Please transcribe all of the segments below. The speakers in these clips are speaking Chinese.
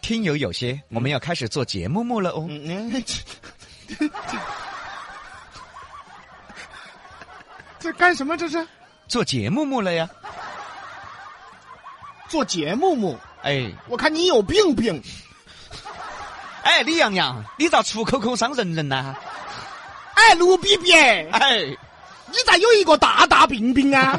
听友有些，我们要开始做节目目了哦。嗯嗯，这这 这干什么？这是做节目目了呀！做节目目？哎我看你有病病，哎，李洋洋，你咋出口口伤人人呐、哎，卢比比，哎，你咋又一个大大病病啊？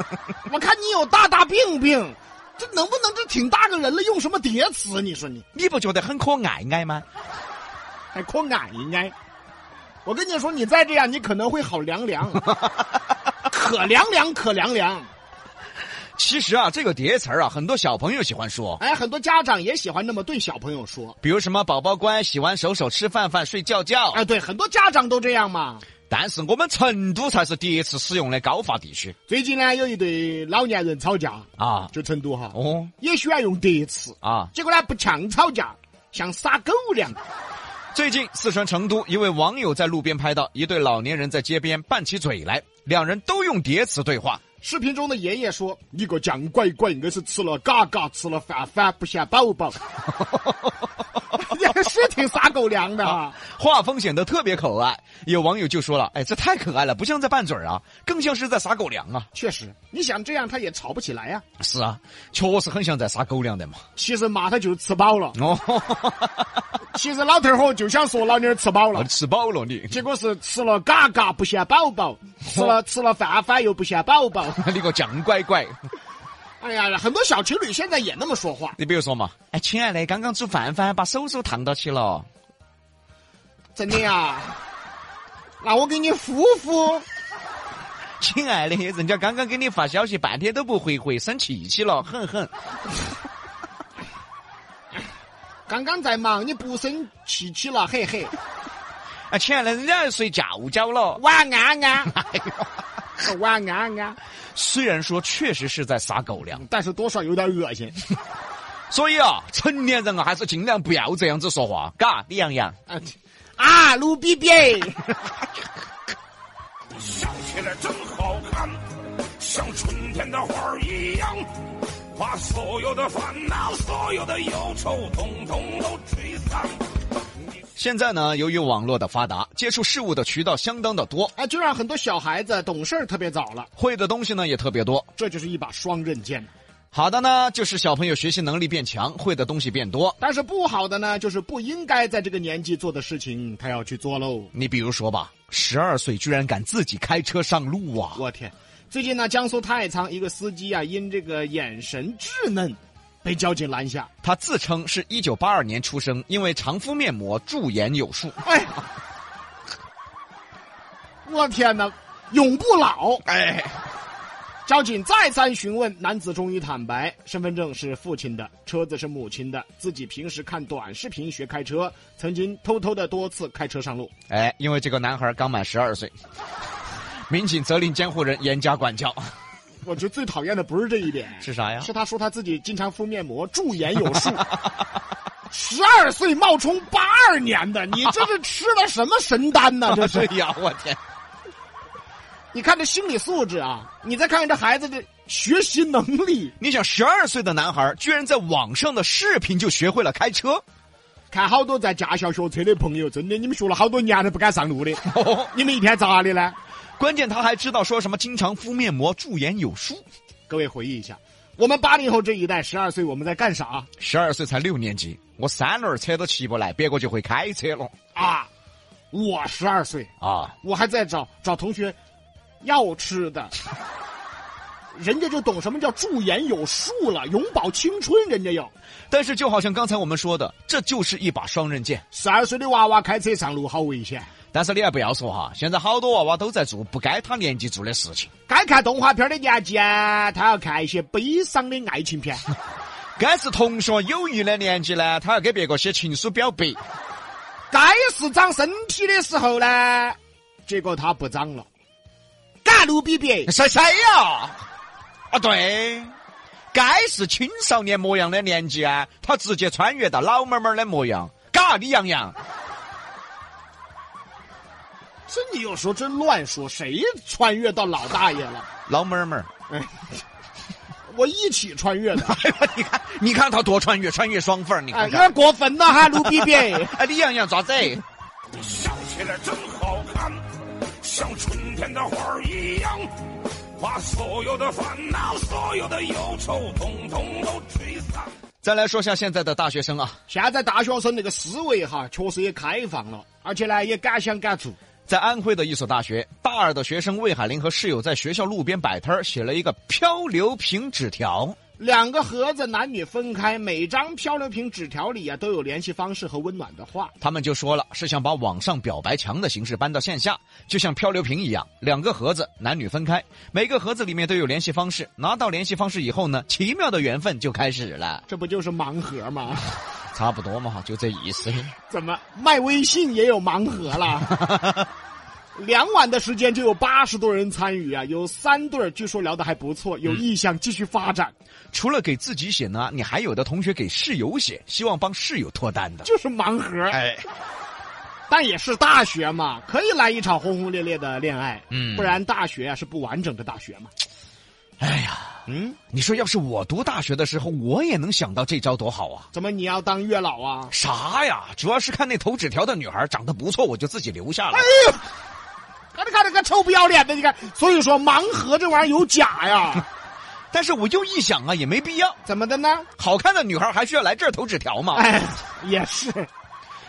我看你有大大病病，这能不能这挺大个人了，用什么叠词？你说你你不觉得很可爱爱吗？还夸俺呢？我跟你说，你再这样，你可能会好凉凉， 可凉凉，可凉凉。其实啊，这个叠词儿啊，很多小朋友喜欢说，哎，很多家长也喜欢那么对小朋友说。比如什么“宝宝乖”“洗完手手”“吃饭饭”“睡觉觉”哎，对，很多家长都这样嘛。但是我们成都才是叠词使用的高发地区最近呢，有一对老年人吵架，啊！就成都哈，哦也喜欢用叠词，啊！结果呢不呛吵架，像撒狗粮。最近四川成都一位网友在路边拍到一对老年人在街边拌起嘴来，两人都用叠词对话。 视频中的爷爷说：“你个犟拐拐，硬是吃了嘎嘎，吃了饭饭不嫌饱饱。”也是挺撒狗粮的哈。画啊风显得特别可爱，有网友就说了：“哎，这太可爱了，不像在拌嘴儿啊，更像是在撒狗粮啊确实，你想这样他也吵不起来呀、！”是啊，确实很像在撒狗粮的嘛。其实嘛，他就是吃饱了。 哦，其实老头儿伙就想说老娘儿吃饱了我，哦吃饱了你， 结果是吃了嘎嘎不嫌饱饱，吃了吃了饭饭又不嫌饱饱。你个犟乖乖。哎呀，很多小情侣现在也那么说话，你比如说嘛，哎，亲爱的，刚刚煮饭饭，把手手烫到起了。真的呀。那我给你敷敷，亲爱的，人家刚刚给你发消息，半天都不回回，生气起了，哼哼。刚刚在忙，你不生气气了，嘿嘿。啊，亲爱的，人家要睡觉觉了。哎晚安安，晚安安，虽然说确实是在撒狗粮，但是多少有点恶心。所以啊，成年人啊，还是尽量不要这样子说话，嘎，李洋洋。啊啊，卢比比，笑起来真好看，像春天的花儿一样，把所有的烦恼、所有的忧愁，统统都吹散。现在呢，由于网络的发达，接触事物的渠道相当的多，哎，就让很多小孩子懂事儿特别早了，会的东西呢也特别多。这就是一把双刃剑。好的呢，就是小朋友学习能力变强，会的东西变多。但是不好的呢，就是不应该在这个年纪做的事情，他要去做喽。你比如说吧，十二岁居然敢自己开车上路啊！我天！最近呢，江苏太仓一个司机啊，因这个眼神稚嫩，被交警拦下。他自称是一九八二年出生，因为常敷面膜驻颜有术。哎，我天哪，永不老！哎，交警再三询问，男子终于坦白，身份证是父亲的，车子是母亲的，自己平时看短视频学开车，曾经偷偷的多次开车上路。哎，因为这个男孩刚满十二岁，民警责令监护人严加管教。我觉得最讨厌的不是这一点，是啥呀是他说他自己经常敷面膜，驻颜有 术。十二岁冒充八二年的，你这是吃了什么神丹呢？这 哎是，呀，我天！你看这心理素质啊，你再看看这孩子的学习能力，你想，十二岁的男孩居然在网上的视频就学会了开车，看好多在驾校学车的朋友，真的，你们学了好多年还不敢上路的， 哦、你们一天咋的呢？关键他还知道说什么经常敷面膜驻颜有术。各位回忆一下，我们八零后这一代，十二岁我们在干啥十二岁才六年级，我三轮车都骑不来，别个就会开车了啊？我十二岁，啊！我还在找找同学要吃的，人家就懂什么叫驻颜有术了，永葆青春，人家要。但是就好像刚才我们说的，这就是一把双刃剑。十二岁的娃娃开车上路好危险，但是你还不要说哈，现在好多娃娃都在做不该他年纪做的事情，该看动画片的年纪啊，他要看一些悲伤的爱情片。该是同学友谊的年纪呢，他要给别个写情书表白。该是长身体的时候呢，结果他不长了。干卢比比，谁谁呀、啊？对，该是青少年模样的年纪啊，他直接穿越到老妹妹的模样。嘎，李洋洋，这你有时候真乱说，谁穿越到老大爷了？老妹妹，哎，我一起穿越的， 哎呦，你看，你看他多穿越，穿越双份儿，你 哎，看有看。点过 分了哈，卢比比。哎，李洋洋咋子？笑起来真好看，像春天的花儿一样，把所有的烦恼、所有的忧愁，统统都吹散。再来说下现在的大学生啊，现在大学生那个思维哈，确实也开放了，而且呢也敢想敢做。在安徽的一所大学，大二的学生魏海林和室友在学校路边摆摊儿写了一个漂流瓶纸条。两个盒子男女分开，每张漂流瓶纸条里啊都有联系方式和温暖的话。他们就说了，是想把网上表白墙的形式搬到线下，就像漂流瓶一样，两个盒子男女分开，每个盒子里面都有联系方式。拿到联系方式以后呢，奇妙的缘分就开始了，这不就是盲盒吗？差不多嘛，哈，就这意思。怎么卖微信也有盲盒了？ 两晚的时间就有八十多人参与啊，有三对儿据说聊得还不嗯错，有意向继续发展，除了给自己写呢，你还有的同学给室友写，希望帮室友脱单的。就是盲盒。哎，但也是大学嘛，可以来一场轰轰烈烈的恋爱，嗯不然大学啊是不完整的大学嘛。哎呀，嗯，你说要是我读大学的时候，我也能想到这招多好啊！怎么你要当月老啊？啥呀？主要是看那投纸条的女孩长得不错，我就自己留下哎了。看你看这个臭不要脸的，你看，所以说盲盒这玩意儿有 假呀，但是我又一想啊，也没必要，怎么的呢？好看的女孩还需要来这儿投纸条吗？哎，也是，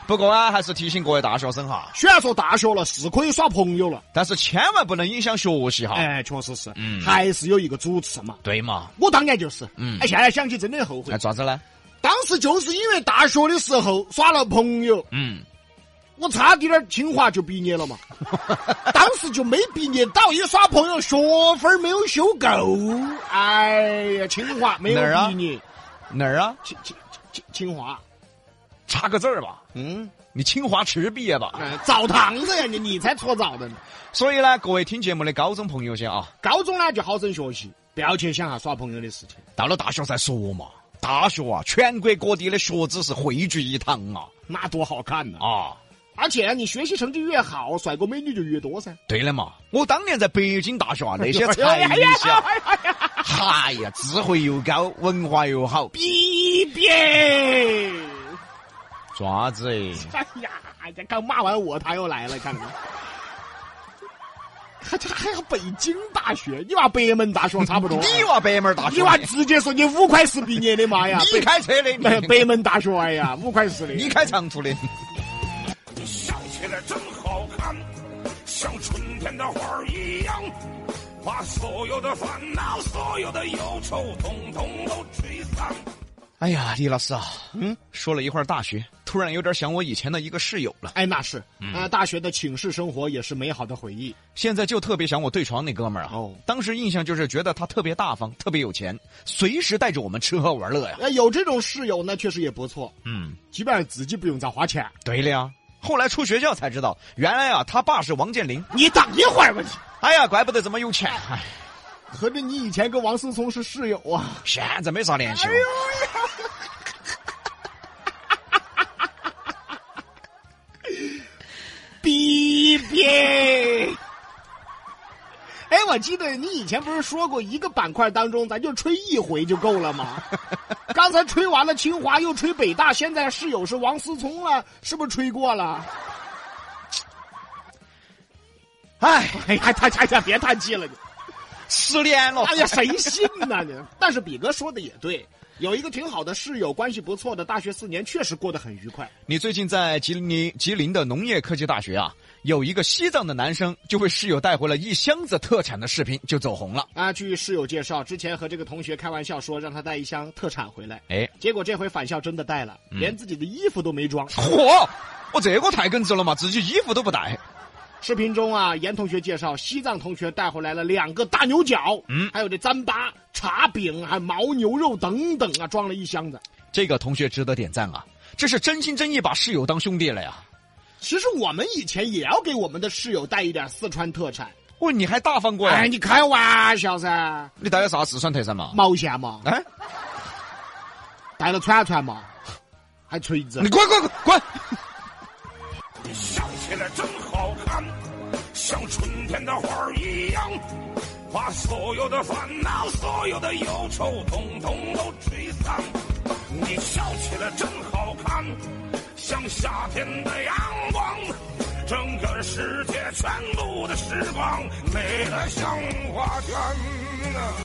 不过啊，还是提醒各位大学生哈，虽然说大学了是可以耍朋友了，但是千万不能影响学习哈。哎，确实是，嗯还是有一个主次嘛。对嘛？我当年就是，嗯哎，现在想起真的后悔哎，，咋子呢？当时就是因为大学的时候耍了朋友，嗯，我差点儿清华就毕业 了嘛，当时就没毕业到，一耍朋友学分儿没有修够，哎呀，清华没有哪儿啊毕业，哪儿啊？清清清清华，插个字儿吧，嗯。你清华池毕业吧。哎澡堂子呀，你你才搓澡的呢。所以呢，各位听节目的高中朋友些啊，高中呢就好生学习，不要去想下耍朋友的事情。到了大学再说嘛。大学啊，全国各地的学子是汇聚一堂啊那多好看呢、啊！而且你学习成绩越好，甩锅美女就越多噻。对了嘛，我当年在北京大 学啊， 那些哎才呀哎艺呀些啊，哎呀哎呀哎呀，智慧又高，文化又好，逼逼！爪子哎。哎呀，哎呀，刚骂完我，他又来了，看看。还还有北京大学，你娃北门大学差 不多。你娃北门儿大学，你娃直接说你五块四毕业的妈呀！你开车的，北你 北门大学，哎呀，五块四的。你开长途的。笑起来真好看，像春天的花儿一样，把所有的烦恼、所有的忧愁，统统都吹散。哎呀，李老师啊，嗯，说了一会儿大学，突然有点想我以前的一个室友了。哎，那是，呃，大学的寝室生活也是美好的回忆。现在就特别想我对床那哥们儿啊。哦当时印象就是觉得他特别大方，特别有钱，随时带着我们吃喝玩乐呀。呃，有这种室友呢，确实也不错，嗯，基本上自己不用咋花钱。对了呀。后来出学校才知道，原来啊，他爸是王健林。你等一会儿吧，你哎呀，怪不得这么有钱。哎，合着你以前跟王思聪是室友啊？现在没啥联系哎了。逼逼！ 哎，我记得你以前不是说过，一个板块当中咱就吹一回就够了 吗？刚才吹完了清华，又吹北大，现在室友是王思聪了，是不是吹过了？哎，哎呀，他他他别叹气了你。失恋了。哎呀，谁信呐你？但是比哥说的也对，有一个挺好的室友，关系不错的，大学四年确实过得很愉快。你最近在吉林吉林的农业科技大学啊，有一个西藏的男生就为室友带回了一箱子特产的视频就走红了。啊，据室友介绍，之前和这个同学开玩笑说让他带一箱特产回来，哎，结果这回返校真的带了，连自己的衣服都没装。嚯！我这个太耿直了嘛，自己衣服都不带。视频中啊，严同学介绍，西藏同学带回来了两个大牛角，嗯还有这糌粑、茶饼，还牦牛肉等等啊，装了一箱子。这个同学值得点赞啊，这是真心真意把室友当兄弟了呀。其实我们以前也要给我们的室友带一点四川特产。喂，你还大方过呀？哎，你开玩笑噻，你带了啥四川特产嘛？毛线嘛。哎，带了串串嘛，还锤子你。滚滚滚滚！笑起来真好看，像春天的花儿一样，把所有的烦恼、所有的忧愁，统统都吹散。你笑起来真好看，像夏天的阳光，整个世界全部的时光美得像画卷啊。